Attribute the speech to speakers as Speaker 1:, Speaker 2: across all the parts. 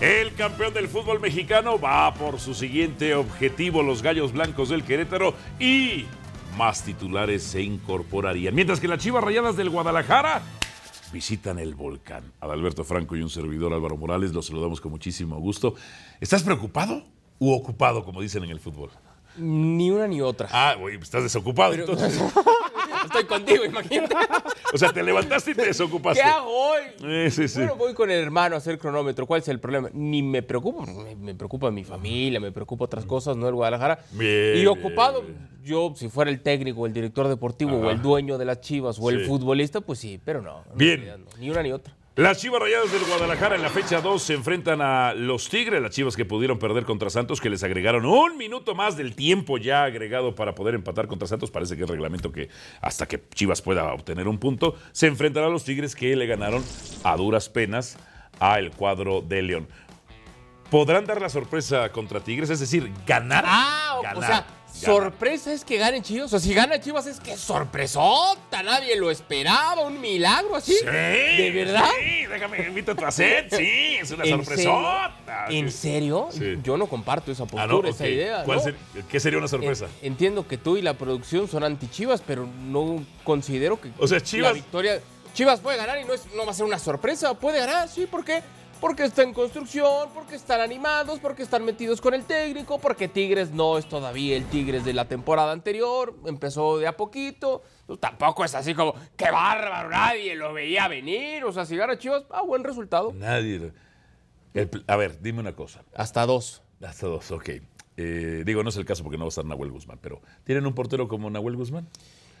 Speaker 1: El campeón del fútbol mexicano va por su siguiente objetivo, los Gallos Blancos del Querétaro y más titulares se incorporarían. Mientras que las Chivas Rayadas del Guadalajara visitan el volcán. Adalberto Franco y un servidor Álvaro Morales, los saludamos con muchísimo gusto. ¿Estás preocupado u ocupado, como dicen en el fútbol?
Speaker 2: Ni una ni otra.
Speaker 1: Ah, güey, estás desocupado
Speaker 2: Pero-
Speaker 1: entonces.
Speaker 2: Estoy contigo, imagínate.
Speaker 1: O sea, te levantaste y te desocupaste.
Speaker 2: ¿Qué hago hoy?
Speaker 1: Eh, sí, sí.
Speaker 2: Bueno, voy con el hermano a hacer cronómetro. ¿Cuál es el problema? Ni me preocupo. Me, me preocupa mi familia, me preocupa otras cosas, no el Guadalajara.
Speaker 1: Bien,
Speaker 2: y ocupado,
Speaker 1: bien, bien.
Speaker 2: yo, si fuera el técnico, el director deportivo
Speaker 1: Ajá.
Speaker 2: o el dueño de las chivas o el
Speaker 1: Sí.
Speaker 2: futbolista, pues sí, pero no. en
Speaker 1: Bien.
Speaker 2: realidad no. Ni una ni otra.
Speaker 1: Las Chivas Rayadas del Guadalajara en la fecha 2 se enfrentan a los Tigres, las Chivas que pudieron perder contra Santos, que les agregaron un minuto más del tiempo ya agregado para poder empatar contra Santos. Parece que es reglamento que hasta que Chivas pueda obtener un punto, se enfrentará a los Tigres que le ganaron a duras penas al cuadro de León. ¿Podrán dar la sorpresa contra Tigres? Es decir, ganar.
Speaker 2: Ah, o-
Speaker 1: Ganar,
Speaker 2: o sea,
Speaker 1: ganar.
Speaker 2: sorpresa es que ganen Chivas. O sea, si gana Chivas es que sorpresota, nadie lo esperaba, un milagro así.
Speaker 1: Sí,
Speaker 2: ¿De verdad?
Speaker 1: Sí, déjame invito a tu set. Sí, es una
Speaker 2: ¿En serio?
Speaker 1: sorpresota.
Speaker 2: ¿En
Speaker 1: Sí.
Speaker 2: serio?
Speaker 1: Sí.
Speaker 2: Yo no comparto esa postura,
Speaker 1: Ah, no,
Speaker 2: esa
Speaker 1: ok.
Speaker 2: idea.
Speaker 1: ¿Cuál
Speaker 2: ¿no? Eh,
Speaker 1: ser- ¿Qué sería una sorpresa?
Speaker 2: En- entiendo que tú y la producción son anti-Chivas, pero no considero que
Speaker 1: O sea,
Speaker 2: la
Speaker 1: Chivas-
Speaker 2: victoria... Chivas puede ganar y no, es- no va a ser una sorpresa. Puede ganar, sí, ¿por qué? Porque está en construcción, porque están animados, porque están metidos con el técnico, porque Tigres no es todavía el Tigres de la temporada anterior, empezó de a poquito. Entonces, Tampoco es así como, qué bárbaro, nadie lo veía venir. O sea, si gana Chivas, ah, buen resultado.
Speaker 1: Nadie. lo- El pl- a ver, dime una cosa.
Speaker 2: Hasta dos.
Speaker 1: Hasta dos, ok. Eh, digo, no es el caso porque no va a estar Nahuel Guzmán, pero ¿tienen un portero como Nahuel Guzmán?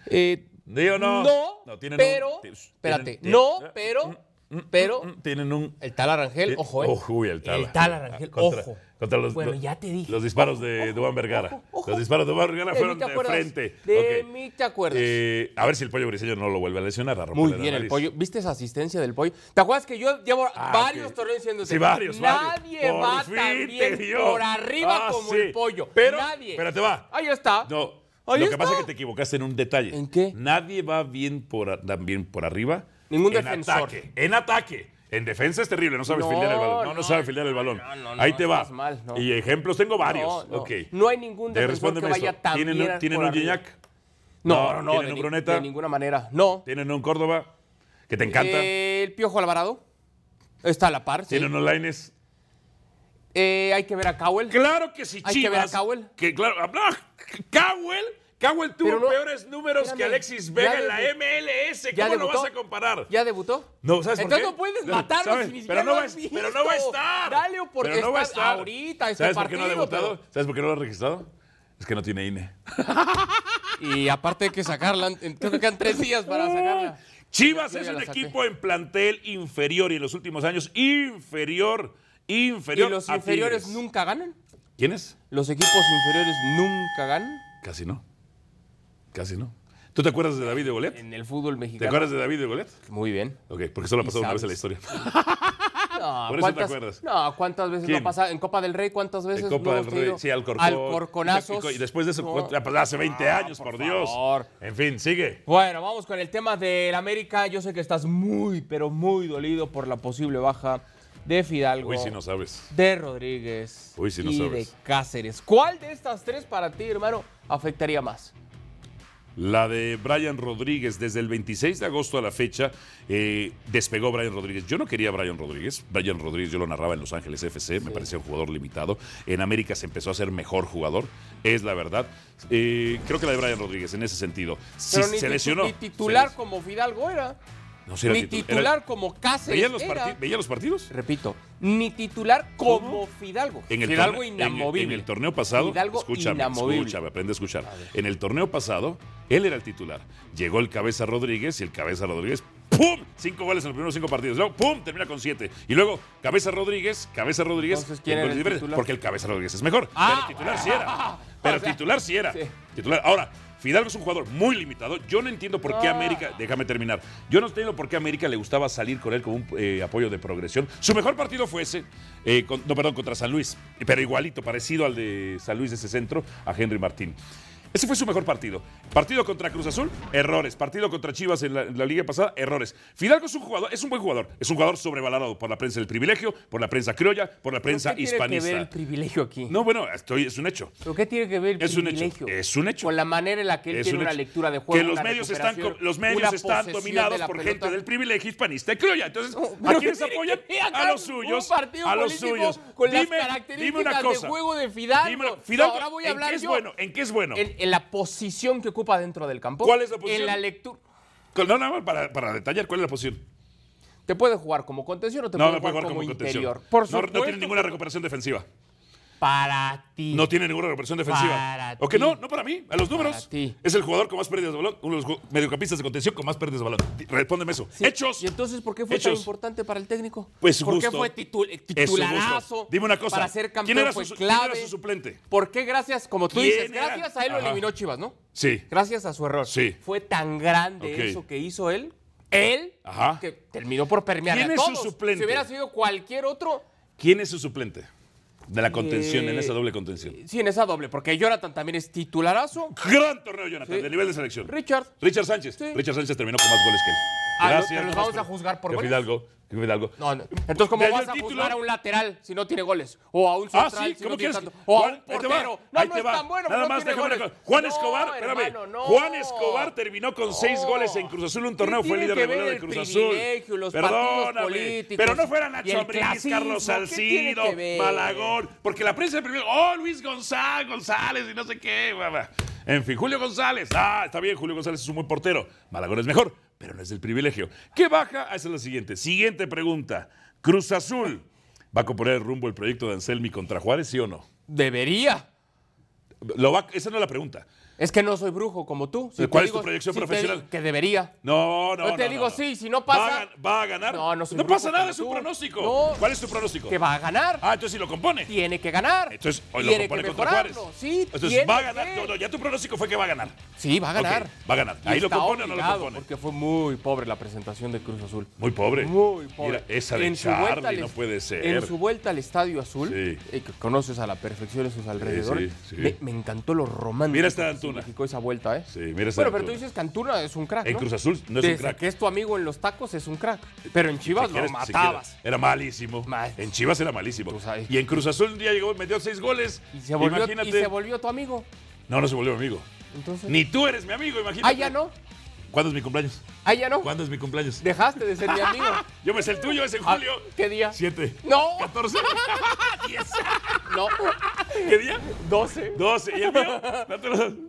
Speaker 2: Eh,
Speaker 1: Digo, no.
Speaker 2: No,
Speaker 1: tienen un-
Speaker 2: pero,
Speaker 1: ti-
Speaker 2: espérate,
Speaker 1: tienen-
Speaker 2: no,
Speaker 1: eh,
Speaker 2: pero,
Speaker 1: mm, mm,
Speaker 2: pero,
Speaker 1: mm, Tienen un.
Speaker 2: El tal Arangel, ojo, eh.
Speaker 1: oh, uy, el Tala.
Speaker 2: El tal Arangel,
Speaker 1: Contra-
Speaker 2: ojo.
Speaker 1: Contra los,
Speaker 2: Bueno,
Speaker 1: los-
Speaker 2: ya te dije.
Speaker 1: Los disparos de Dubán Vergara.
Speaker 2: ojo, ojo.
Speaker 1: Los disparos de Dubán Vergara
Speaker 2: De mí
Speaker 1: fueron
Speaker 2: te
Speaker 1: de
Speaker 2: acuerdas,
Speaker 1: frente.
Speaker 2: de
Speaker 1: Ok.
Speaker 2: mí te acuerdas.
Speaker 1: Eh, a ver si el pollo briseño no lo vuelve a lesionar. a
Speaker 2: Muy
Speaker 1: romperle la
Speaker 2: bien el
Speaker 1: nariz.
Speaker 2: pollo. ¿Viste esa asistencia del pollo? ¿Te acuerdas que yo llevo
Speaker 1: Ah,
Speaker 2: varios
Speaker 1: ok.
Speaker 2: torneos diciendo
Speaker 1: Sí, varios, varios.
Speaker 2: Nadie
Speaker 1: Por
Speaker 2: va
Speaker 1: fin te
Speaker 2: tan bien
Speaker 1: dio.
Speaker 2: por arriba
Speaker 1: Ah,
Speaker 2: como
Speaker 1: sí.
Speaker 2: el pollo.
Speaker 1: Pero,
Speaker 2: Nadie.
Speaker 1: pero te va.
Speaker 2: Ahí está.
Speaker 1: No.
Speaker 2: Ahí
Speaker 1: lo que
Speaker 2: está.
Speaker 1: pasa es que te equivocaste en un detalle.
Speaker 2: ¿En qué?
Speaker 1: Nadie va bien por, a- tan bien por arriba.
Speaker 2: Ningún
Speaker 1: en
Speaker 2: defensor.
Speaker 1: Ataque, en ataque. En defensa es terrible, no sabes
Speaker 2: No,
Speaker 1: fildear el balón. No, no,
Speaker 2: no,
Speaker 1: sabes fildear el balón.
Speaker 2: no, no, no,
Speaker 1: Ahí te va.
Speaker 2: estás mal, no.
Speaker 1: Y ejemplos tengo varios.
Speaker 2: No, no.
Speaker 1: Ok.
Speaker 2: No hay ningún
Speaker 1: Te
Speaker 2: defensor
Speaker 1: respóndeme
Speaker 2: que vaya
Speaker 1: esto.
Speaker 2: tan
Speaker 1: ¿Tienen
Speaker 2: bien
Speaker 1: un, ¿tienen
Speaker 2: por
Speaker 1: un
Speaker 2: arriba.
Speaker 1: Gignac?
Speaker 2: No, no, no. de
Speaker 1: ¿Tienen un
Speaker 2: ni-
Speaker 1: Bruneta?
Speaker 2: De ninguna manera. No.
Speaker 1: ¿Tienen un Córdoba? Que te encanta.
Speaker 2: Eh, El Piojo Alvarado. Está a la par, sí.
Speaker 1: ¿Tienen un Laines?
Speaker 2: Eh, hay que ver a Cowell.
Speaker 1: Claro que si Chivas.
Speaker 2: Hay que ver a Cowell.
Speaker 1: Que claro, ah, no, C- Cowell. Cowell tuvo
Speaker 2: Pero no-
Speaker 1: peores números que
Speaker 2: espérame,
Speaker 1: Alexis Vega
Speaker 2: ya
Speaker 1: en la
Speaker 2: debu-
Speaker 1: MLS.
Speaker 2: ya
Speaker 1: ¿Cómo lo
Speaker 2: debutó.
Speaker 1: vas a comparar?
Speaker 2: ¿Ya debutó?
Speaker 1: No, ¿sabes por
Speaker 2: Entonces
Speaker 1: qué?
Speaker 2: no puedes
Speaker 1: No,
Speaker 2: matarlo
Speaker 1: ¿sabes?
Speaker 2: si ni siquiera
Speaker 1: Pero no,
Speaker 2: lo
Speaker 1: va,
Speaker 2: has visto.
Speaker 1: pero no va a estar.
Speaker 2: Dale oportunidad
Speaker 1: Pero no va a estar.
Speaker 2: ahorita, este
Speaker 1: ¿Sabes
Speaker 2: partido.
Speaker 1: por qué no ha debutado?
Speaker 2: pero-
Speaker 1: ¿Sabes por qué no lo ha registrado? Es que no tiene E. INE.
Speaker 2: Y aparte hay que sacarla, en- creo que quedan tres días para sacarla.
Speaker 1: Chivas
Speaker 2: Yo ya
Speaker 1: es un
Speaker 2: la saqué.
Speaker 1: equipo en plantel inferior y en los últimos años inferior,
Speaker 2: ¿Y
Speaker 1: inferior.
Speaker 2: los
Speaker 1: a
Speaker 2: inferiores
Speaker 1: Tigres.
Speaker 2: nunca ganan?
Speaker 1: ¿Quiénes?
Speaker 2: ¿Los equipos inferiores nunca ganan?
Speaker 1: Casi no. Casi no. ¿Tú te acuerdas de David de Golet?
Speaker 2: En el fútbol
Speaker 1: ¿Te
Speaker 2: mexicano.
Speaker 1: acuerdas de David de Golet?
Speaker 2: Muy bien.
Speaker 1: Ok, porque solo ha
Speaker 2: Y
Speaker 1: pasado una vez en la
Speaker 2: sabes.
Speaker 1: historia.
Speaker 2: No,
Speaker 1: Por eso te
Speaker 2: ¿cuántas,
Speaker 1: acuerdas.
Speaker 2: No, ¿cuántas veces
Speaker 1: ¿Quién?
Speaker 2: no pasa? En Copa del Rey, ¿cuántas veces
Speaker 1: En
Speaker 2: no
Speaker 1: Copa del
Speaker 2: hemos
Speaker 1: Rey,
Speaker 2: tenido
Speaker 1: sí, Alcorcón.
Speaker 2: Alcorconazos?
Speaker 1: Y después de eso,
Speaker 2: No. Ah,
Speaker 1: ¿cuánto? Ya pasó hace 20 años, por, Dios.
Speaker 2: favor.
Speaker 1: En fin, sigue.
Speaker 2: Bueno, vamos con el tema del América. Yo sé que estás muy, pero muy dolido por la posible baja de Fidalgo,
Speaker 1: Uy, si no sabes.
Speaker 2: de Rodríguez
Speaker 1: Uy, sí no
Speaker 2: y
Speaker 1: sabes.
Speaker 2: de Cáceres. ¿Cuál de estas tres para ti, hermano, afectaría más?
Speaker 1: La de Brian Rodríguez, desde el 26 de agosto a la fecha, eh, despegó Brian Rodríguez. Yo no quería a Brian Rodríguez. Brian Rodríguez yo lo narraba en Los Ángeles FC, me parecía un jugador limitado. En América se empezó a ser mejor jugador, es la verdad. Eh, creo que la de Brian Rodríguez, en ese sentido. Sí,
Speaker 2: ni
Speaker 1: se
Speaker 2: titu-
Speaker 1: lesionó.
Speaker 2: ni titular
Speaker 1: Se les-
Speaker 2: como Fidalgo era.
Speaker 1: No, sí era
Speaker 2: ni
Speaker 1: titu-
Speaker 2: titular,
Speaker 1: era-
Speaker 2: como Cáceres
Speaker 1: ¿Veías los,
Speaker 2: era.
Speaker 1: parti- ¿Veías los partidos?
Speaker 2: Repito, ni titular como Fidalgo.
Speaker 1: En el
Speaker 2: Fidalgo
Speaker 1: torneo- en-
Speaker 2: inamovible.
Speaker 1: En, el torneo pasado,
Speaker 2: Fidalgo
Speaker 1: escúchame,
Speaker 2: inamovible.
Speaker 1: escúchame, aprende a escuchar. en el torneo pasado, él era el titular. Llegó el Cabeza Rodríguez y el Cabeza Rodríguez, ¡pum! Cinco goles en los primeros cinco partidos. Luego, ¡pum! Termina con siete. Y luego, Cabeza Rodríguez, Cabeza Rodríguez.
Speaker 2: Entonces,
Speaker 1: con
Speaker 2: ¿quién era
Speaker 1: goles
Speaker 2: el
Speaker 1: diferentes,
Speaker 2: titular?
Speaker 1: Porque el Cabeza Rodríguez es mejor.
Speaker 2: Ah.
Speaker 1: pero titular sí era. Pero
Speaker 2: O sea,
Speaker 1: titular sí era.
Speaker 2: sí.
Speaker 1: Titular. Ahora. Fidalgo es un jugador muy limitado. Yo no entiendo por
Speaker 2: Ah.
Speaker 1: qué América. Déjame terminar. Yo no entiendo por qué a América le gustaba salir con él con un eh, apoyo de progresión. Su mejor partido fue ese. eh, con- no, perdón, contra San Luis. Pero igualito, parecido al de San Luis de ese centro, a Henry Martín. Ese fue su mejor partido. Partido contra Cruz Azul, errores. Partido contra Chivas en la, en la liga pasada, errores. Fidalgo es un jugador, es un buen jugador. Es un jugador sobrevalorado por la prensa del privilegio, por la prensa criolla, por la
Speaker 2: ¿Pero
Speaker 1: prensa
Speaker 2: ¿Qué tiene que ver el
Speaker 1: hispanista.
Speaker 2: privilegio aquí?
Speaker 1: No, bueno, estoy, es un hecho.
Speaker 2: ¿Pero qué tiene que ver el
Speaker 1: Es un hecho,
Speaker 2: privilegio?
Speaker 1: es un hecho.
Speaker 2: Con la manera en la que él
Speaker 1: Es
Speaker 2: tiene
Speaker 1: un
Speaker 2: una
Speaker 1: hecho.
Speaker 2: lectura de juego.
Speaker 1: que los
Speaker 2: una
Speaker 1: medios están
Speaker 2: recuperación,
Speaker 1: co- los
Speaker 2: una
Speaker 1: medios están
Speaker 2: posesión
Speaker 1: dominados
Speaker 2: de la
Speaker 1: por
Speaker 2: pelota.
Speaker 1: gente del privilegio hispanista y criolla. Entonces,
Speaker 2: No,
Speaker 1: ¿a
Speaker 2: pero
Speaker 1: quiénes
Speaker 2: tiene que
Speaker 1: apoyan?
Speaker 2: ver
Speaker 1: A
Speaker 2: acá
Speaker 1: los
Speaker 2: un
Speaker 1: suyos,
Speaker 2: partido
Speaker 1: a los
Speaker 2: político
Speaker 1: suyos.
Speaker 2: con las
Speaker 1: dime, dime
Speaker 2: características
Speaker 1: una
Speaker 2: de
Speaker 1: cosa.
Speaker 2: juego de Fidalgo.
Speaker 1: Dime una-
Speaker 2: No,
Speaker 1: Fidalgo,
Speaker 2: ahora voy a
Speaker 1: ¿en
Speaker 2: hablar
Speaker 1: qué es
Speaker 2: yo.
Speaker 1: bueno? ¿En qué es bueno?
Speaker 2: En, en la posición que ocupa dentro del campo.
Speaker 1: ¿Cuál es la posición?
Speaker 2: En la lectura.
Speaker 1: Con- No, nada más para, para detallar cuál es la posición.
Speaker 2: ¿Te puede jugar como contención o te
Speaker 1: No,
Speaker 2: puede
Speaker 1: no puede
Speaker 2: jugar,
Speaker 1: jugar como, contención.
Speaker 2: interior?
Speaker 1: No-
Speaker 2: Por
Speaker 1: no,
Speaker 2: supuesto.
Speaker 1: tiene ninguna recuperación defensiva.
Speaker 2: Para ti.
Speaker 1: No tiene ninguna recuperación defensiva.
Speaker 2: Para
Speaker 1: o que
Speaker 2: ti.
Speaker 1: no, no para mí, a los números.
Speaker 2: Para ti.
Speaker 1: Es el jugador con más pérdidas de balón, uno de los ju- mediocampistas de contención con más pérdidas de balón. Di- Respóndeme eso.
Speaker 2: Sí,
Speaker 1: Hechos.
Speaker 2: ¿Y entonces por qué fue tan
Speaker 1: Hechos.
Speaker 2: importante para el técnico?
Speaker 1: Pues su
Speaker 2: ¿Por qué
Speaker 1: gusto.
Speaker 2: fue titu- eh,
Speaker 1: Es su
Speaker 2: titularazo?
Speaker 1: gusto. Dime una cosa,
Speaker 2: Para ser campeón
Speaker 1: ¿quién era
Speaker 2: fue
Speaker 1: su- quién
Speaker 2: clave.
Speaker 1: era su suplente?
Speaker 2: ¿Por qué gracias, como tú
Speaker 1: ¿Quién
Speaker 2: dices,
Speaker 1: era?
Speaker 2: gracias a él lo
Speaker 1: Ajá.
Speaker 2: eliminó Chivas, no?
Speaker 1: Sí.
Speaker 2: Gracias a su error.
Speaker 1: Sí.
Speaker 2: Fue tan grande
Speaker 1: Ok. Ah,
Speaker 2: eso que hizo él, él,
Speaker 1: Ajá.
Speaker 2: que terminó por permear
Speaker 1: ¿Quién
Speaker 2: a
Speaker 1: es su
Speaker 2: todos.
Speaker 1: suplente?
Speaker 2: Si hubiera sido cualquier otro,
Speaker 1: ¿Quién es su suplente? De la contención,
Speaker 2: Eh,
Speaker 1: en esa doble contención.
Speaker 2: sí, en esa doble, porque Jonathan también es titularazo.
Speaker 1: Gran torneo, Jonathan,
Speaker 2: Sí.
Speaker 1: de nivel de selección.
Speaker 2: Richard.
Speaker 1: Richard Sánchez.
Speaker 2: Sí.
Speaker 1: Richard Sánchez terminó con más goles que él.
Speaker 2: Ah, no,
Speaker 1: Gracias,
Speaker 2: pero
Speaker 1: no
Speaker 2: los
Speaker 1: más
Speaker 2: vamos a
Speaker 1: pre-
Speaker 2: juzgar por
Speaker 1: que
Speaker 2: goles.
Speaker 1: Fidalgo. que Fidalgo.
Speaker 2: No, no. Entonces, ¿cómo
Speaker 1: Le dio
Speaker 2: vas
Speaker 1: el
Speaker 2: a
Speaker 1: título.
Speaker 2: juzgar a un lateral si no tiene goles? O a un
Speaker 1: Ah,
Speaker 2: central
Speaker 1: sí,
Speaker 2: si
Speaker 1: ¿cómo
Speaker 2: no tiene
Speaker 1: quieres?
Speaker 2: tanto. O a
Speaker 1: Juan-
Speaker 2: un
Speaker 1: ahí te
Speaker 2: portero.
Speaker 1: va,
Speaker 2: No,
Speaker 1: ahí
Speaker 2: no
Speaker 1: te
Speaker 2: es
Speaker 1: va.
Speaker 2: tan bueno,
Speaker 1: Nada
Speaker 2: pero
Speaker 1: más,
Speaker 2: no tiene
Speaker 1: déjame
Speaker 2: goles.
Speaker 1: recordar. Juan
Speaker 2: No,
Speaker 1: Escobar, espérame.
Speaker 2: hermano, no.
Speaker 1: Juan Escobar terminó con seis goles en Cruz Azul, un torneo
Speaker 2: ¿Qué
Speaker 1: fue líder
Speaker 2: tiene
Speaker 1: de
Speaker 2: que ver
Speaker 1: goleo de
Speaker 2: el
Speaker 1: Cruz
Speaker 2: privilegio,
Speaker 1: Azul.
Speaker 2: los partidos
Speaker 1: Perdóname,
Speaker 2: políticos
Speaker 1: pero no fuera
Speaker 2: y
Speaker 1: Nacho
Speaker 2: el
Speaker 1: Ambriz,
Speaker 2: clasismo?
Speaker 1: Carlos
Speaker 2: ¿Qué tiene
Speaker 1: Salcido,
Speaker 2: que ver?
Speaker 1: Malagón, porque la prensa del primer, oh, Luis González, González y no sé qué, bla, bla. En fin, Julio González, ah, está bien, Julio González es un buen portero, Malagón es mejor, pero no es el privilegio. ¿Qué baja? Ah, Esa es la siguiente. Siguiente pregunta. Cruz Azul, ¿va a componer rumbo el proyecto de Anselmi contra Juárez, sí o no?
Speaker 2: Debería.
Speaker 1: Lo va- esa no es la pregunta.
Speaker 2: Es que no soy brujo como tú. Si
Speaker 1: ¿Cuál
Speaker 2: te
Speaker 1: es tu proyección
Speaker 2: te
Speaker 1: profesional?
Speaker 2: digo que debería.
Speaker 1: No, no,
Speaker 2: Yo te
Speaker 1: no,
Speaker 2: digo
Speaker 1: no, no.
Speaker 2: sí, si no pasa-
Speaker 1: Va a, gan- va a ganar.
Speaker 2: No, no soy brujo
Speaker 1: pasa nada,
Speaker 2: como
Speaker 1: es un
Speaker 2: tú.
Speaker 1: pronóstico.
Speaker 2: No.
Speaker 1: ¿Cuál es tu pronóstico?
Speaker 2: Que va a ganar.
Speaker 1: Ah, entonces si lo compone.
Speaker 2: Tiene que ganar.
Speaker 1: Entonces hoy lo
Speaker 2: tiene
Speaker 1: compone
Speaker 2: que
Speaker 1: contra Juárez.
Speaker 2: mejorarlo. Sí,
Speaker 1: entonces
Speaker 2: tiene
Speaker 1: va a ganar.
Speaker 2: que.
Speaker 1: No, no, ya tu pronóstico fue que va a ganar.
Speaker 2: Sí, va a ganar.
Speaker 1: Ok, va a ganar.
Speaker 2: Y
Speaker 1: Ahí lo
Speaker 2: está
Speaker 1: compone o no lo
Speaker 2: obligado,
Speaker 1: compone.
Speaker 2: Porque fue muy pobre la presentación de Cruz Azul.
Speaker 1: Muy pobre.
Speaker 2: Muy pobre.
Speaker 1: Mira, esa de
Speaker 2: su vuelta
Speaker 1: Charlie
Speaker 2: al
Speaker 1: no
Speaker 2: est-
Speaker 1: puede ser.
Speaker 2: En su vuelta al Estadio Azul,
Speaker 1: Sí.
Speaker 2: eh, que conoces a la perfección de sus alrededores,
Speaker 1: sí, sí.
Speaker 2: Me, me encantó lo romántico.
Speaker 1: Mira esta
Speaker 2: que
Speaker 1: Antuna.
Speaker 2: significó esa vuelta, ¿eh?
Speaker 1: Sí, mira esta
Speaker 2: Bueno, pero tú
Speaker 1: Antuna.
Speaker 2: dices que Antuna es un crack,
Speaker 1: En
Speaker 2: ¿no?
Speaker 1: Cruz Azul no es un
Speaker 2: Desde
Speaker 1: crack.
Speaker 2: que es tu amigo en los tacos, es un crack. Pero en Chivas
Speaker 1: Si
Speaker 2: lo
Speaker 1: quieres, si
Speaker 2: matabas.
Speaker 1: quieres. Era malísimo.
Speaker 2: Mal.
Speaker 1: En Chivas era malísimo.
Speaker 2: Pues ahí.
Speaker 1: y en Cruz Azul un día llegó y metió seis goles.
Speaker 2: y, se volvió,
Speaker 1: Imagínate.
Speaker 2: y se volvió tu amigo.
Speaker 1: No, no se volvió mi amigo.
Speaker 2: Entonces...
Speaker 1: Ni tú eres mi amigo, imagínate.
Speaker 2: Ah, ya no.
Speaker 1: ¿Cuándo es mi cumpleaños?
Speaker 2: Ah, ya no.
Speaker 1: ¿Cuándo es mi cumpleaños?
Speaker 2: Dejaste de ser mi amigo.
Speaker 1: Yo me sé el tuyo, es en
Speaker 2: Ah,
Speaker 1: julio.
Speaker 2: ¿Qué día?
Speaker 1: Siete.
Speaker 2: No,
Speaker 1: 14. 10.
Speaker 2: no.
Speaker 1: ¿Qué día?
Speaker 2: 12.
Speaker 1: 12. ¿Y el mío? No te lo-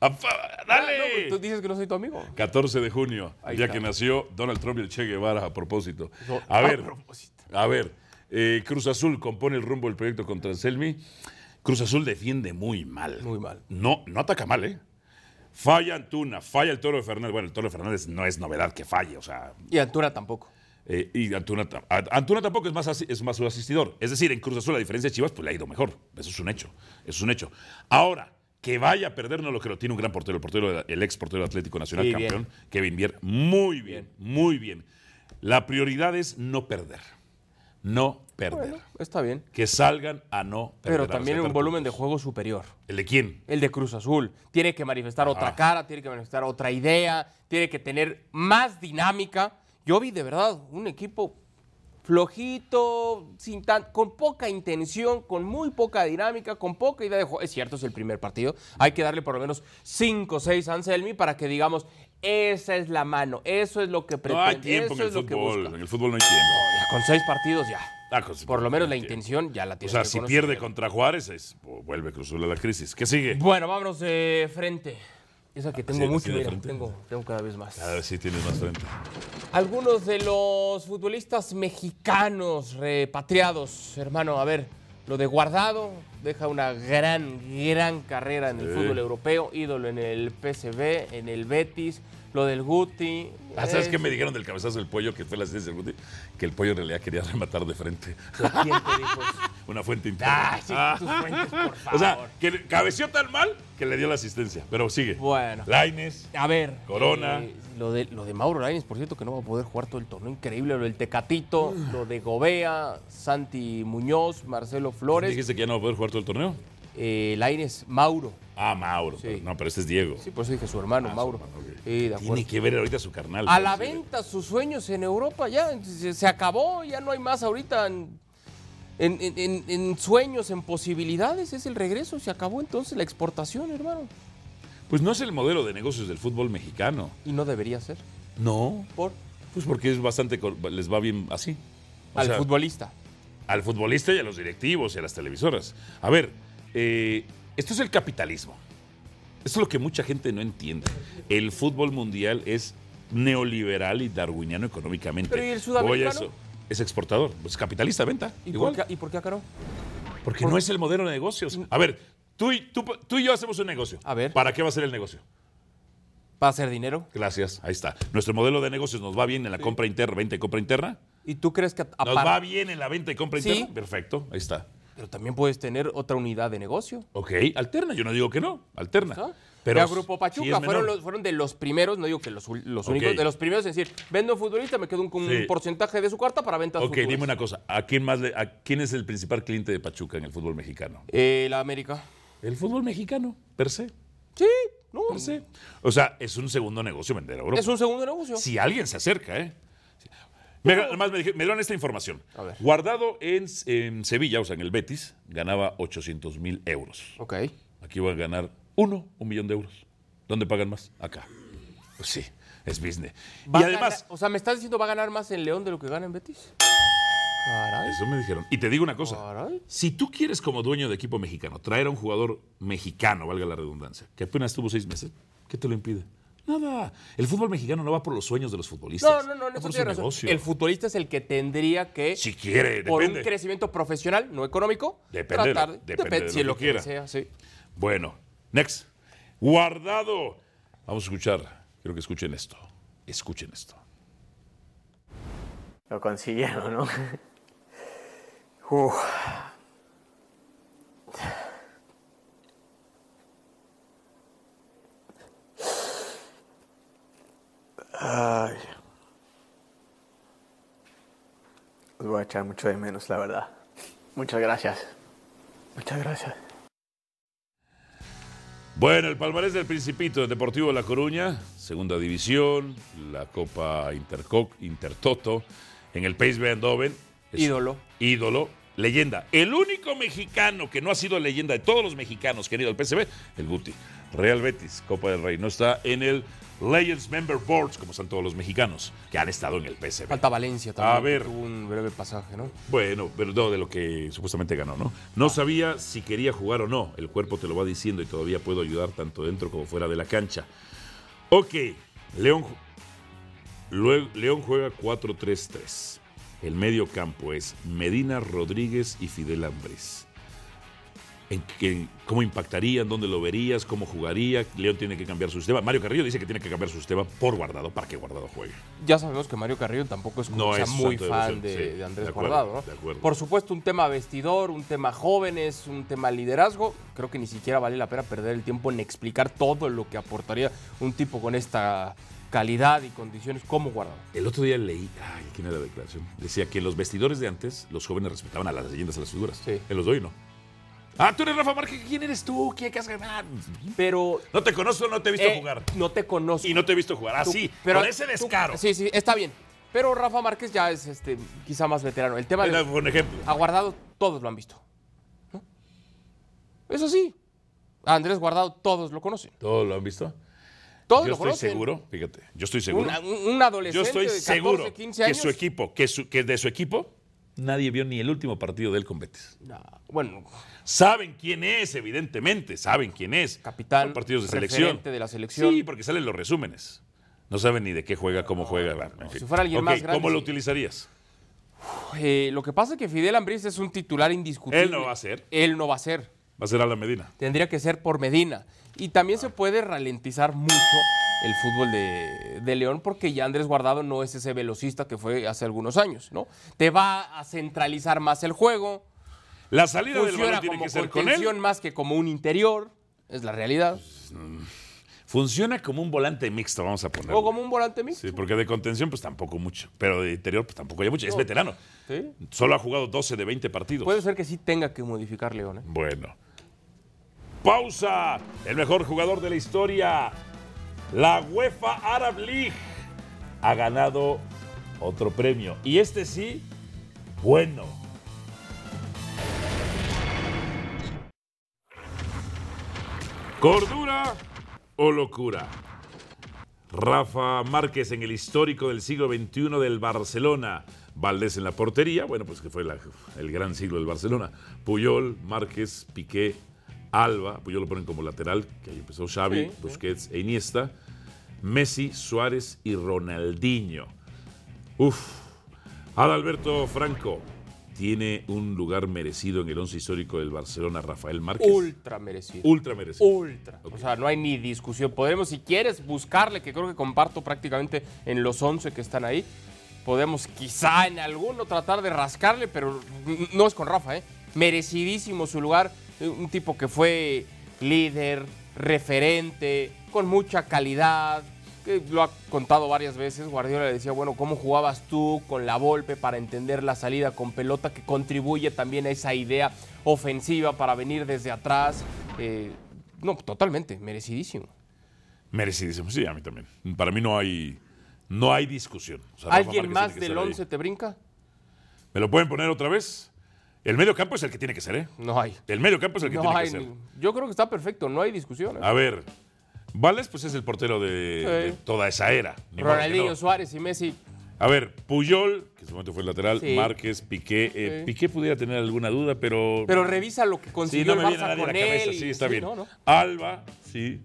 Speaker 1: Apa-
Speaker 2: Ah, no, pues
Speaker 1: ¡Dale!
Speaker 2: tú dices que no soy tu amigo.
Speaker 1: 14 de junio,
Speaker 2: Ahí
Speaker 1: ya
Speaker 2: está.
Speaker 1: que nació Donald Trump y el Che Guevara a propósito.
Speaker 2: No,
Speaker 1: A
Speaker 2: a
Speaker 1: ver,
Speaker 2: propósito.
Speaker 1: a ver, eh, Cruz Azul compone el rumbo del proyecto contra Anselmi. Cruz Azul defiende muy mal.
Speaker 2: Muy mal.
Speaker 1: No, no ataca mal, ¿eh? Falla Antuna, falla el Toro Fernández. Bueno, el Toro Fernández no es novedad que falle, o sea,
Speaker 2: Y Antuna tampoco.
Speaker 1: Eh, y Antuna, ta- a- Antuna tampoco es más, asi- es más su asistidor. Es decir, en Cruz Azul, a diferencia de Chivas, pues le ha ido mejor. Eso es un hecho. Eso es un hecho. Ahora, que vaya a perder no lo creo. Tiene un gran portero, el, portero, de la- el ex portero de Atlético Nacional
Speaker 2: Sí,
Speaker 1: campeón, Kevin Vier. Muy bien, muy bien. La prioridad es no perder. No perder.
Speaker 2: Bueno, está bien.
Speaker 1: Que salgan a no perder.
Speaker 2: Pero
Speaker 1: a
Speaker 2: también un
Speaker 1: rescatar
Speaker 2: volumen de
Speaker 1: puntos.
Speaker 2: juego superior.
Speaker 1: ¿El de quién?
Speaker 2: El de Cruz Azul. Tiene que manifestar otra cara, tiene que manifestar otra idea, tiene que tener más dinámica. Yo vi de verdad un equipo flojito, sin tan- con poca intención, con muy poca dinámica, con poca idea de juego. Es cierto, es el primer partido. Hay que darle por lo menos 5 o 6 a Anselmi para que digamos, esa es la mano, eso es lo que
Speaker 1: No
Speaker 2: pretende,
Speaker 1: hay tiempo en
Speaker 2: eso
Speaker 1: el
Speaker 2: es lo que
Speaker 1: fútbol.
Speaker 2: busca.
Speaker 1: En el fútbol no hay tiempo.
Speaker 2: Ya, con seis partidos ya.
Speaker 1: Ah, con-
Speaker 2: Por lo menos
Speaker 1: no
Speaker 2: la
Speaker 1: hay tiempo.
Speaker 2: intención ya la
Speaker 1: O
Speaker 2: tiene.
Speaker 1: sea, si pierde contra Juárez, es- vuelve Cruz Azul a la crisis. ¿Qué sigue?
Speaker 2: Bueno, vámonos de frente. Esa que
Speaker 1: Ah,
Speaker 2: tengo
Speaker 1: sí,
Speaker 2: mucho,
Speaker 1: sí, de
Speaker 2: mira,
Speaker 1: frente.
Speaker 2: tengo, tengo cada vez más.
Speaker 1: A ver si tienes más frente.
Speaker 2: Algunos de los futbolistas mexicanos repatriados, hermano, a ver, lo de Guardado deja una gran, gran carrera en el
Speaker 1: Sí.
Speaker 2: fútbol europeo, ídolo en el PSV, en el Betis, lo del Guti.
Speaker 1: Ah, ¿Sabes
Speaker 2: eh,
Speaker 1: qué me dijeron del cabezazo del pollo que fue la ciencia del Guti? Que el pollo en realidad quería rematar de frente.
Speaker 2: ¿Quién te dijo eso?
Speaker 1: Una fuente interna.
Speaker 2: Ah, sí, tus fuentes, por favor.
Speaker 1: O sea, que le- cabeció tan mal que le dio la asistencia. Pero sigue.
Speaker 2: Bueno.
Speaker 1: Laines.
Speaker 2: A ver.
Speaker 1: Corona.
Speaker 2: eh, lo, de, lo de Mauro Lainez, por cierto, que no va a poder jugar todo el torneo. Increíble. Lo del Tecatito,
Speaker 1: Ah.
Speaker 2: lo de Gobea, Santi Muñoz, Marcelo Flores.
Speaker 1: Dijiste que ya no va a poder jugar todo el torneo.
Speaker 2: Eh, Lainez, Mauro.
Speaker 1: Ah, Mauro.
Speaker 2: Sí.
Speaker 1: pero- no, pero este es Diego.
Speaker 2: Sí, por eso dije su hermano,
Speaker 1: Ah, su
Speaker 2: Mauro.
Speaker 1: hermano, ok.
Speaker 2: Sí, de acuerdo.
Speaker 1: Tiene que ver ahorita su carnal. Pues, eh,
Speaker 2: A
Speaker 1: pero
Speaker 2: la
Speaker 1: sí,
Speaker 2: venta sus sueños en Europa ya. Se, se acabó, ya no hay más ahorita en, en- en- en- en sueños, en posibilidades. Es el regreso. Se acabó entonces la exportación, hermano.
Speaker 1: Pues no es el modelo de negocios del fútbol mexicano.
Speaker 2: Y no debería ser.
Speaker 1: No.
Speaker 2: Por,
Speaker 1: Pues porque es bastante. cor- Les va bien así. O
Speaker 2: al
Speaker 1: sea,
Speaker 2: futbolista.
Speaker 1: al futbolista y a los directivos y a las televisoras. A ver, eh, esto es el capitalismo. Esto es lo que mucha gente no entiende. El fútbol mundial es neoliberal y darwiniano económicamente.
Speaker 2: Pero, ¿y el
Speaker 1: Voy a
Speaker 2: sudamericano?
Speaker 1: eso. Es exportador, pues capitalista, venta.
Speaker 2: ¿Y,
Speaker 1: igual.
Speaker 2: Por qué, ¿Y por qué acaró?
Speaker 1: Porque no es el modelo de negocios. A ver, tú y, tú, tú y yo hacemos un negocio.
Speaker 2: A ver.
Speaker 1: ¿Para qué va a ser el negocio?
Speaker 2: ¿Para hacer dinero?
Speaker 1: Gracias, ahí está. Nuestro modelo de negocios nos va bien en la compra interna, venta y compra interna.
Speaker 2: ¿Y tú crees que a-
Speaker 1: Nos
Speaker 2: apar-
Speaker 1: va bien en la venta y compra
Speaker 2: Sí.
Speaker 1: interna. Perfecto, ahí está.
Speaker 2: Pero también puedes tener otra unidad de negocio.
Speaker 1: Ok, alterna, yo no digo que no, alterna.
Speaker 2: ¿no?
Speaker 1: Pero
Speaker 2: Ya Grupo
Speaker 1: sí
Speaker 2: Pachuca
Speaker 1: es menor.
Speaker 2: fueron, los- fueron de los primeros, no digo que los, ul- los
Speaker 1: Ok.
Speaker 2: únicos, de los primeros en decir, vendo un futbolista, me quedo un, con un
Speaker 1: Sí.
Speaker 2: porcentaje de su carta para ventas
Speaker 1: Ok,
Speaker 2: futuras.
Speaker 1: dime una cosa, ¿a quién más le- a quién es el principal cliente de Pachuca en el fútbol mexicano?
Speaker 2: Eh, la América.
Speaker 1: El fútbol mexicano, per se,
Speaker 2: Sí, no,
Speaker 1: per se. O sea, es un segundo negocio vender a Europa.
Speaker 2: es un segundo negocio.
Speaker 1: Si alguien se acerca, ¿eh? Sí. Me, además me, dije- me dieron esta información.
Speaker 2: A ver.
Speaker 1: Guardado en, en Sevilla, o sea, en el Betis, ganaba 800 mil euros.
Speaker 2: Ok.
Speaker 1: Aquí va a ganar uno, un millón de euros. ¿Dónde pagan más? Acá. Pues sí, es business.
Speaker 2: Va
Speaker 1: y
Speaker 2: a
Speaker 1: además,
Speaker 2: ganar- o sea, me estás diciendo va a ganar más en León de lo que gana en Betis. Caray,
Speaker 1: Eso me dijeron. Y te digo una cosa.
Speaker 2: caray.
Speaker 1: Si tú quieres como dueño de equipo mexicano traer a un jugador mexicano, valga la redundancia, que apenas tuvo seis meses, ¿qué te lo impide? Nada. El fútbol mexicano no va por los sueños de los
Speaker 2: No,
Speaker 1: futbolistas.
Speaker 2: no, no,
Speaker 1: va
Speaker 2: en eso
Speaker 1: por su
Speaker 2: tienes razón.
Speaker 1: negocio.
Speaker 2: El futbolista es el que tendría que
Speaker 1: si quiere,
Speaker 2: por
Speaker 1: Eh, depende.
Speaker 2: un crecimiento profesional, no económico,
Speaker 1: Depende de-
Speaker 2: tratar
Speaker 1: depende de
Speaker 2: si
Speaker 1: lo que quiera.
Speaker 2: sea, sí.
Speaker 1: Bueno, next. Guardado. Vamos a escuchar. Quiero que escuchen esto. Escuchen esto.
Speaker 3: Lo consiguieron, ¿no? Uf. Ay. Os voy a echar mucho de menos, la verdad. Muchas gracias. Muchas gracias.
Speaker 1: Bueno, el palmarés del Principito del Deportivo La Coruña, segunda división, la Copa Interco- Intertoto, en el PSV Eindhoven. es
Speaker 2: Ídolo.
Speaker 1: Ídolo, leyenda. El único mexicano que no ha sido leyenda de todos los mexicanos que han ido al PSV, el Guti. Real Betis, Copa del Rey. No está en el Legends Member Boards, como están todos los mexicanos que han estado en el PSV.
Speaker 2: Falta Valencia también.
Speaker 1: A ver.
Speaker 2: que Tuvo un breve pasaje, ¿no?
Speaker 1: Bueno, pero no de lo que supuestamente ganó, ¿no? No sabía si quería jugar o no. El cuerpo te lo va diciendo y todavía puedo ayudar tanto dentro como fuera de la cancha. Ok, León, ju- Lue- León juega 4-3-3. El medio campo es Medina, Rodríguez y Fidel Ambrés. ¿En qué- ¿Cómo impactarían? ¿Dónde lo verías? ¿Cómo jugaría? León tiene que cambiar su sistema. Mario Carrillo dice que tiene que cambiar su sistema por guardado para que guardado juegue.
Speaker 2: Ya sabemos que Mario Carrillo tampoco es, como
Speaker 1: No
Speaker 2: que sea
Speaker 1: es
Speaker 2: muy
Speaker 1: santo de devoción,
Speaker 2: fan de,
Speaker 1: sí,
Speaker 2: de Andrés
Speaker 1: de acuerdo,
Speaker 2: Guardado, ¿no?
Speaker 1: de acuerdo.
Speaker 2: Por supuesto, un tema vestidor, un tema jóvenes, un tema liderazgo. Creo que ni siquiera vale la pena perder el tiempo en explicar todo lo que aportaría un tipo con esta calidad y condiciones como Guardado.
Speaker 1: El otro día leí, ay, ¿quién era la declaración? Decía que en los vestidores de antes, los jóvenes respetaban a las leyendas, a las figuras.
Speaker 2: Sí.
Speaker 1: En los de hoy no. Ah, tú eres Rafa Márquez, ¿quién eres tú? ¿Qué qué has ganado?
Speaker 2: Pero
Speaker 1: Ah, No te conozco, no te he visto
Speaker 2: eh,
Speaker 1: jugar.
Speaker 2: no te conozco.
Speaker 1: Y no te he visto jugar.
Speaker 2: Tú-
Speaker 1: Así, Ah, con ese
Speaker 2: tú-
Speaker 1: descaro.
Speaker 2: sí, sí, está bien. Pero Rafa Márquez ya es este quizá más veterano. El tema
Speaker 1: Era
Speaker 2: de
Speaker 1: un ejemplo.
Speaker 2: a Guardado todos lo han visto. ¿no? Eso sí. A Andrés Guardado todos lo conocen.
Speaker 1: ¿Todos lo han visto?
Speaker 2: Todos
Speaker 1: yo
Speaker 2: lo
Speaker 1: estoy
Speaker 2: conocen.
Speaker 1: seguro, fíjate, yo estoy seguro.
Speaker 2: Una- Un, un adolescente
Speaker 1: yo estoy
Speaker 2: de 14,
Speaker 1: seguro
Speaker 2: 15 años.
Speaker 1: que su equipo, que, su- que de su equipo, Nadie vio ni el último partido de él con Betis.
Speaker 2: No, bueno,
Speaker 1: Saben quién es, evidentemente, saben quién es.
Speaker 2: capitán.
Speaker 1: Son partidos de
Speaker 2: referente
Speaker 1: selección.
Speaker 2: de la selección.
Speaker 1: Sí, porque salen los resúmenes. No saben ni de qué juega, cómo juega. va, en fin.
Speaker 2: Si fuera alguien
Speaker 1: Ok,
Speaker 2: más grande,
Speaker 1: ¿Cómo lo
Speaker 2: sí.
Speaker 1: utilizarías?
Speaker 2: Eh, lo que pasa es que Fidel Ambriz es un titular indiscutible.
Speaker 1: Él no va a ser.
Speaker 2: Él no va a ser.
Speaker 1: Va a ser a la Medina.
Speaker 2: Tendría que ser por Medina. Y también se puede ralentizar mucho el fútbol de, de León porque ya Andrés Guardado no es ese velocista que fue hace algunos años, ¿no? Te va a centralizar más el juego.
Speaker 1: La salida del balón
Speaker 2: Funciona
Speaker 1: tiene
Speaker 2: como
Speaker 1: que ser con él.
Speaker 2: contención más que como un interior. Es la realidad.
Speaker 1: Funciona como un volante mixto, vamos a poner.
Speaker 2: O como un volante mixto.
Speaker 1: Sí, porque de contención, pues tampoco mucho. Pero de interior, pues tampoco hay mucho. Es veterano.
Speaker 2: ¿sí?
Speaker 1: Solo ha jugado 12 de 20 partidos.
Speaker 2: Puede ser que sí tenga que modificar León. ¿eh?
Speaker 1: Bueno. Pausa. El mejor jugador de la historia. La UEFA Arab League ha ganado otro premio. Y este sí, bueno. ¿Cordura o locura? Rafa Márquez en el histórico del siglo XXI del Barcelona. Valdés en la portería, bueno, pues que fue la- el gran siglo del Barcelona. Puyol, Márquez, Piqué, Alba, Puyol lo ponen como lateral, que ahí empezó Xavi,
Speaker 2: Sí, sí.
Speaker 1: Busquets e Iniesta. Messi, Suárez y Ronaldinho. Uf, Adalberto Franco tiene un lugar merecido en el once histórico del Barcelona, Rafael Márquez.
Speaker 2: Ultra merecido.
Speaker 1: Ultra merecido.
Speaker 2: Ultra. O sea, no hay ni discusión. Podemos, si quieres, buscarle, que creo que comparto prácticamente en los 11 que están ahí. Podemos quizá en alguno tratar de rascarle, pero n- no es con Rafa, ¿eh? Merecidísimo su lugar. Eh, Un tipo que fue líder, referente, con mucha calidad. que Lo ha contado varias veces. Guardiola le decía, bueno, ¿cómo jugabas tú con la golpe para entender la salida con pelota que contribuye también a esa idea ofensiva para venir desde atrás? Eh, no, totalmente, merecidísimo.
Speaker 1: Merecidísimo, sí, a mí también. Para mí no hay, no hay discusión. O sea, Rafa
Speaker 2: ¿Alguien
Speaker 1: Márquez
Speaker 2: más
Speaker 1: tiene que
Speaker 2: del
Speaker 1: estar ahí.
Speaker 2: 11 te brinca?
Speaker 1: ¿Me lo pueden poner otra vez? El medio campo es el que tiene que ser, ¿eh?
Speaker 2: No hay.
Speaker 1: El medio campo es el que Ah,
Speaker 2: No
Speaker 1: tiene
Speaker 2: hay.
Speaker 1: que ser.
Speaker 2: ni- Yo creo que está perfecto, no hay discusión. ¿eh?
Speaker 1: A ver, Vales pues es el portero de,
Speaker 2: Sí.
Speaker 1: de toda esa era. Ni modo que
Speaker 2: Ronaldinho,
Speaker 1: no.
Speaker 2: Suárez y Messi.
Speaker 1: A ver, Puyol, que en su momento fue el lateral,
Speaker 2: Sí.
Speaker 1: Márquez, Piqué. eh,
Speaker 2: Sí.
Speaker 1: Piqué pudiera tener alguna duda, pero...
Speaker 2: Pero revisa lo que
Speaker 1: sí,
Speaker 2: consiguió
Speaker 1: no me
Speaker 2: el
Speaker 1: viene
Speaker 2: Barça
Speaker 1: nadie a la
Speaker 2: con
Speaker 1: cabeza.
Speaker 2: él. y-
Speaker 1: Sí, está
Speaker 2: sí,
Speaker 1: bien.
Speaker 2: no, no.
Speaker 1: Alba, sí.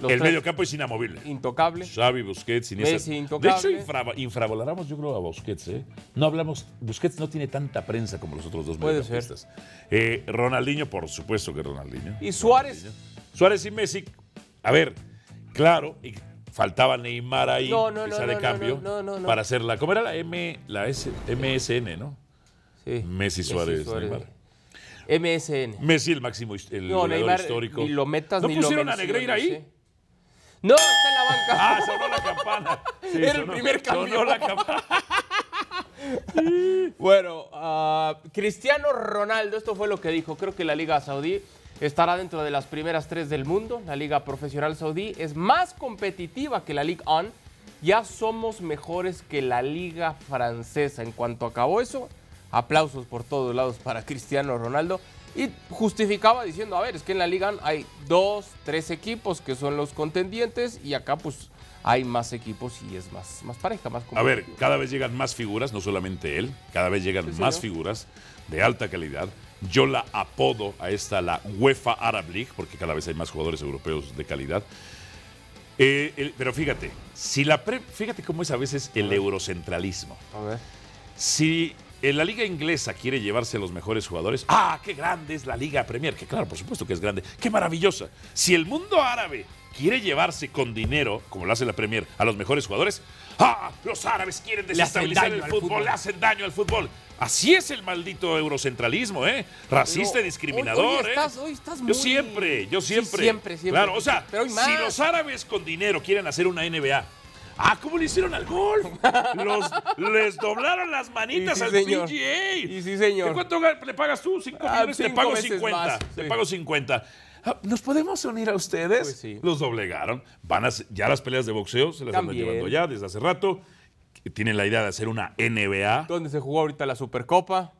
Speaker 2: Los
Speaker 1: el
Speaker 2: tres,
Speaker 1: medio campo es inamovible.
Speaker 2: Intocable.
Speaker 1: Xavi, Busquets, Iniesta.
Speaker 2: Messi, intocable.
Speaker 1: De hecho, infra- infravaloramos, yo creo, a Busquets. ¿eh? No hablamos, Busquets no tiene tanta prensa como los otros dos
Speaker 2: Puede
Speaker 1: mediocampistas. Eh, Ronaldinho, por supuesto que Ronaldinho.
Speaker 2: Y Suárez.
Speaker 1: Suárez y Messi, a ver, claro, y faltaba Neymar ahí,
Speaker 2: No, no,
Speaker 1: quizá
Speaker 2: no,
Speaker 1: de
Speaker 2: no,
Speaker 1: cambio,
Speaker 2: no, no, no, no.
Speaker 1: para hacer la, ¿cómo era la M, la S, MSN, no?
Speaker 2: Sí.
Speaker 1: Messi, Suárez, Neymar.
Speaker 2: MSN.
Speaker 1: Messi, el máximo, hist- el
Speaker 2: No,
Speaker 1: goleador
Speaker 2: Neymar
Speaker 1: histórico.
Speaker 2: ni lo metas
Speaker 1: ¿No
Speaker 2: ni lo
Speaker 1: pusieron a
Speaker 2: menciones,
Speaker 1: Negreira ahí?
Speaker 2: ¿eh? No, está en la banca.
Speaker 1: Ah, sonó la campana. Sí,
Speaker 2: Era el primer cambio.
Speaker 1: Sonó la campana.
Speaker 2: Bueno, ah, Cristiano Ronaldo, esto fue lo que dijo. Creo que la Liga Saudí estará dentro de las primeras tres del mundo. La Liga Profesional Saudí es más competitiva que la Liga On. Ya somos mejores que la Liga Francesa. En cuanto acabó eso, aplausos por todos lados para Cristiano Ronaldo. Y justificaba diciendo, a ver, es que en la Liga On hay dos, tres equipos que son los contendientes y acá pues hay más equipos y es más, más pareja, más
Speaker 1: A ver,
Speaker 2: competitiva.
Speaker 1: cada vez llegan más figuras, no solamente él, cada vez llegan más
Speaker 2: señor.
Speaker 1: figuras de alta calidad. Yo la apodo a esta la UEFA Arab League, porque cada vez hay más jugadores europeos de calidad. Eh, el- pero fíjate, si la pre- fíjate cómo es a veces el eurocentralismo.
Speaker 2: A ver.
Speaker 1: Si en la liga inglesa quiere llevarse a los mejores jugadores, ¡ah, qué grande es la liga Premier! Que claro, por supuesto que es grande, ¡qué maravillosa! Si el mundo árabe quiere llevarse con dinero, como lo hace la Premier, a los mejores jugadores, ¡ah, los árabes quieren
Speaker 2: Le hacen
Speaker 1: desestabilizar
Speaker 2: daño
Speaker 1: el
Speaker 2: al
Speaker 1: fútbol,
Speaker 2: fútbol.
Speaker 1: le hacen daño al fútbol! Así es el maldito eurocentralismo, ¿eh? Racista y
Speaker 2: Pero
Speaker 1: discriminador,
Speaker 2: hoy- hoy
Speaker 1: ¿eh?
Speaker 2: estás- hoy estás
Speaker 1: Yo
Speaker 2: muy-
Speaker 1: siempre, yo
Speaker 2: Sí,
Speaker 1: siempre.
Speaker 2: siempre, siempre.
Speaker 1: Claro, o sea,
Speaker 2: Pero hoy
Speaker 1: si
Speaker 2: más.
Speaker 1: los árabes con dinero quieren hacer una NBA. Ah, ¿cómo le hicieron al golf? Los- les doblaron las manitas
Speaker 2: Y sí,
Speaker 1: al
Speaker 2: señor.
Speaker 1: PGA.
Speaker 2: Y sí, señor.
Speaker 1: ¿De ¿Cuánto ga- le pagas tú? ¿Cinco
Speaker 2: Ah,
Speaker 1: millones? te
Speaker 2: cinco
Speaker 1: pago
Speaker 2: veces
Speaker 1: 50.
Speaker 2: más,
Speaker 1: Te
Speaker 2: sí.
Speaker 1: pago 50. Ah, ¿Nos podemos unir a ustedes?
Speaker 2: Pues sí.
Speaker 1: Los doblegaron. Van a, ya las peleas de boxeo se las andan
Speaker 2: También.
Speaker 1: llevando ya desde hace rato. Tienen la idea de hacer una NBA.
Speaker 2: donde se jugó ahorita la Supercopa.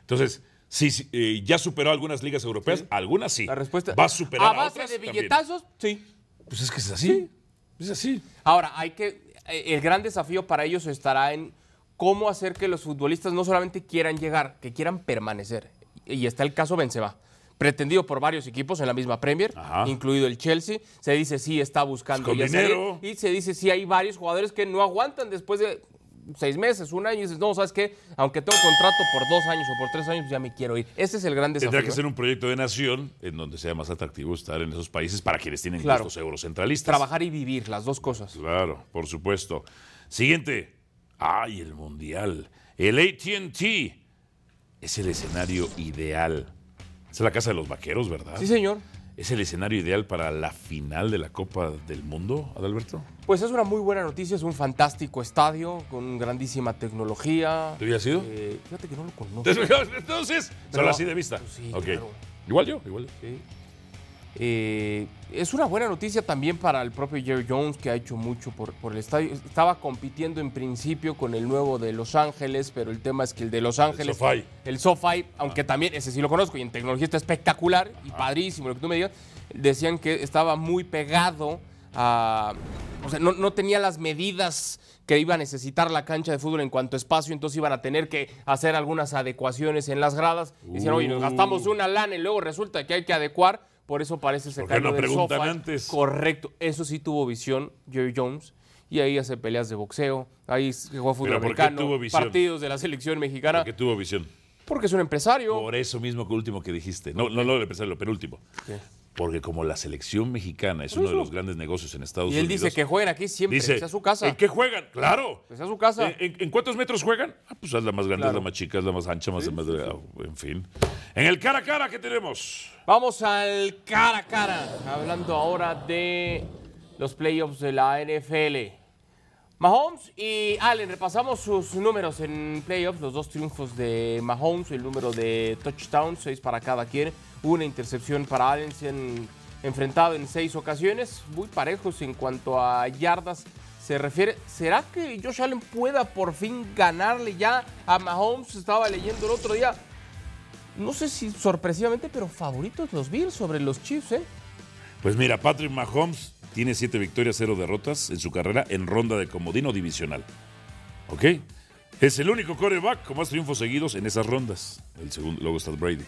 Speaker 1: Entonces, sí, sí, eh, ya superó algunas ligas europeas, algunas sí.
Speaker 2: La respuesta
Speaker 1: va a superar a,
Speaker 2: base
Speaker 1: otras
Speaker 2: de
Speaker 1: también.
Speaker 2: billetazos, sí.
Speaker 1: Pues es que es así. Es así.
Speaker 2: Ahora hay que eh, el gran desafío para ellos estará en cómo hacer que los futbolistas no solamente quieran llegar, que quieran permanecer. Y está el caso Benzema, pretendido por varios equipos en la misma Premier,
Speaker 1: Ajá. Pues
Speaker 2: incluido el Chelsea. Se dice sí está buscando
Speaker 1: Con
Speaker 2: ya salir.
Speaker 1: dinero.
Speaker 2: y se dice sí hay varios jugadores que no aguantan después de seis meses, un año y dices no sabes qué, aunque tengo contrato por dos años o por tres años ya me quiero ir. Ese es el gran desafío.
Speaker 1: Tendrá que
Speaker 2: ¿eh?
Speaker 1: ser un proyecto de nación en donde sea más atractivo estar en esos países para quienes tienen
Speaker 2: Claro.
Speaker 1: gustos eurocentralistas.
Speaker 2: Trabajar y vivir las dos cosas.
Speaker 1: Claro, por supuesto. Siguiente. Ay, el Mundial. El ATT es el escenario ideal. Esa es la casa de los vaqueros, ¿verdad?
Speaker 2: Sí, señor.
Speaker 1: ¿Es el escenario ideal para la final de la Copa del Mundo, Adalberto?
Speaker 2: Pues es una muy buena noticia, es un fantástico estadio con grandísima tecnología.
Speaker 1: ¿Tú ya has ido?
Speaker 2: Eh, fíjate que no lo conozco.
Speaker 1: Entonces, solo
Speaker 2: Pero-
Speaker 1: así de vista.
Speaker 2: Pues sí,
Speaker 1: Ok.
Speaker 2: claro.
Speaker 1: Igual yo, igual yo.
Speaker 2: Sí. Eh, es una buena noticia también para el propio Jerry Jones, que ha hecho mucho por, por el estadio. Estaba compitiendo en principio con el nuevo de Los Ángeles, pero el tema es que el de Los Ángeles.
Speaker 1: SoFi.
Speaker 2: El SoFi, aunque también, ese sí lo conozco, y en tecnología está espectacular y padrísimo, lo que tú me digas. Decían que estaba muy pegado a. O sea, no, no tenía las medidas que iba a necesitar la cancha de fútbol en cuanto a espacio, entonces iban a tener que hacer algunas adecuaciones en las gradas. Dicen, oye, nos
Speaker 1: Uh.
Speaker 2: gastamos una lana y luego resulta que hay que adecuar, por eso parece ese
Speaker 1: ¿Por qué
Speaker 2: cambio
Speaker 1: no
Speaker 2: del
Speaker 1: preguntan
Speaker 2: SoFi.
Speaker 1: antes?
Speaker 2: Correcto, eso sí tuvo visión Jerry Jones. Y ahí hace peleas de boxeo, ahí jugó fútbol
Speaker 1: ¿por qué
Speaker 2: americano,
Speaker 1: tuvo visión?
Speaker 2: partidos de la selección mexicana.
Speaker 1: Porque tuvo visión.
Speaker 2: Porque es un empresario.
Speaker 1: Por eso mismo que último que dijiste. No, no, no, el empresario, lo penúltimo.
Speaker 2: ¿Qué?
Speaker 1: Porque como la selección mexicana es uno de los grandes negocios en Estados
Speaker 2: Y él
Speaker 1: Unidos.
Speaker 2: dice que jueguen aquí siempre,
Speaker 1: Dice,
Speaker 2: que sea su casa.
Speaker 1: ¿En qué juegan? Claro.
Speaker 2: Que sea su casa.
Speaker 1: ¿En, en- en cuántos metros juegan? Ah, pues es la más grande, es la
Speaker 2: Claro.
Speaker 1: más chica, es la más ancha, más, más delgada, en fin. En el cara a cara que tenemos.
Speaker 2: Vamos al cara a cara. Hablando ahora de los playoffs de la NFL. Mahomes y Allen, repasamos sus números en playoffs, los dos triunfos de Mahomes, el número de touchdowns, seis para cada quien, una intercepción para Allen, se han enfrentado en seis ocasiones, muy parejos en cuanto a yardas se refiere. ¿Será que Josh Allen pueda por fin ganarle ya a Mahomes? Estaba leyendo el otro día, no sé si sorpresivamente, pero favoritos los Bills sobre los Chiefs, ¿eh?
Speaker 1: Pues mira, Patrick Mahomes tiene siete victorias, cero derrotas en su carrera en ronda de comodino divisional. ¿Ok? Es el único coreback con más triunfos seguidos en esas rondas. El segundo, luego está Brady.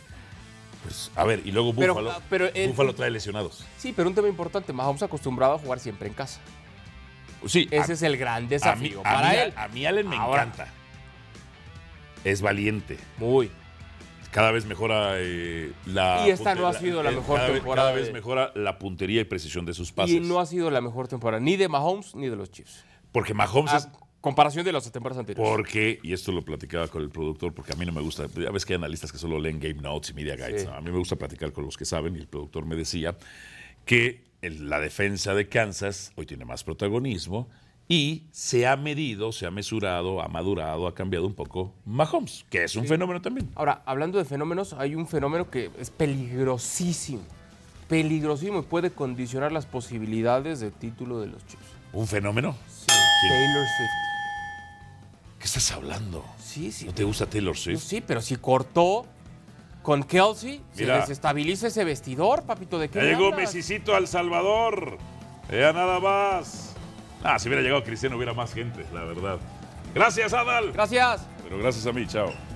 Speaker 1: Pues, a ver, y luego
Speaker 2: Pero,
Speaker 1: Búfalo.
Speaker 2: ah, pero el-
Speaker 1: Búfalo trae lesionados.
Speaker 2: Sí, pero un tema importante, Mahomes acostumbrado a jugar siempre en casa.
Speaker 1: Sí,
Speaker 2: Ese
Speaker 1: a-
Speaker 2: es el gran
Speaker 1: a mí-
Speaker 2: desafío
Speaker 1: a
Speaker 2: para
Speaker 1: mí-
Speaker 2: él.
Speaker 1: A mí Allen me
Speaker 2: Ahora.
Speaker 1: encanta. Es valiente.
Speaker 2: Muy.
Speaker 1: Cada vez mejora eh, la.
Speaker 2: Y esta
Speaker 1: punte-
Speaker 2: no ha sido la
Speaker 1: eh,
Speaker 2: mejor
Speaker 1: cada vez-
Speaker 2: temporada
Speaker 1: cada vez
Speaker 2: de-
Speaker 1: mejora la puntería y precisión de sus pases.
Speaker 2: Y no ha sido la mejor temporada, ni de Mahomes ni de los Chiefs.
Speaker 1: Porque Mahomes es.
Speaker 2: A comparación de las temporadas anteriores.
Speaker 1: Porque, y esto lo platicaba con el productor, porque a mí no me gusta, ya ves que hay analistas que solo leen Game Notes y Media Guides,
Speaker 2: Sí.
Speaker 1: ¿no? a mí me gusta platicar con los que saben, y el productor me decía que el- la defensa de Kansas hoy tiene más protagonismo y se ha medido, se ha mesurado, ha madurado, ha cambiado un poco Mahomes, que es un fenómeno también.
Speaker 2: Ahora, hablando de fenómenos, hay un fenómeno que es peligrosísimo. Peligrosísimo y puede condicionar las posibilidades de título de los Chiefs.
Speaker 1: ¿Un fenómeno?
Speaker 2: Taylor Swift.
Speaker 1: ¿Qué estás hablando?
Speaker 2: Sí, sí.
Speaker 1: ¿No te gusta Taylor
Speaker 2: Pues
Speaker 1: Swift?
Speaker 2: Sí, pero si cortó con Kelsey,
Speaker 1: Mira.
Speaker 2: se desestabiliza ese vestidor, papito, ¿de qué
Speaker 1: Ya llegó
Speaker 2: hablas?
Speaker 1: Mesicito al Salvador. Ya nada más. Ah, si hubiera llegado Cristiano hubiera más gente, la verdad. Gracias, Adal.
Speaker 2: Gracias.
Speaker 1: Pero gracias a mí, chao.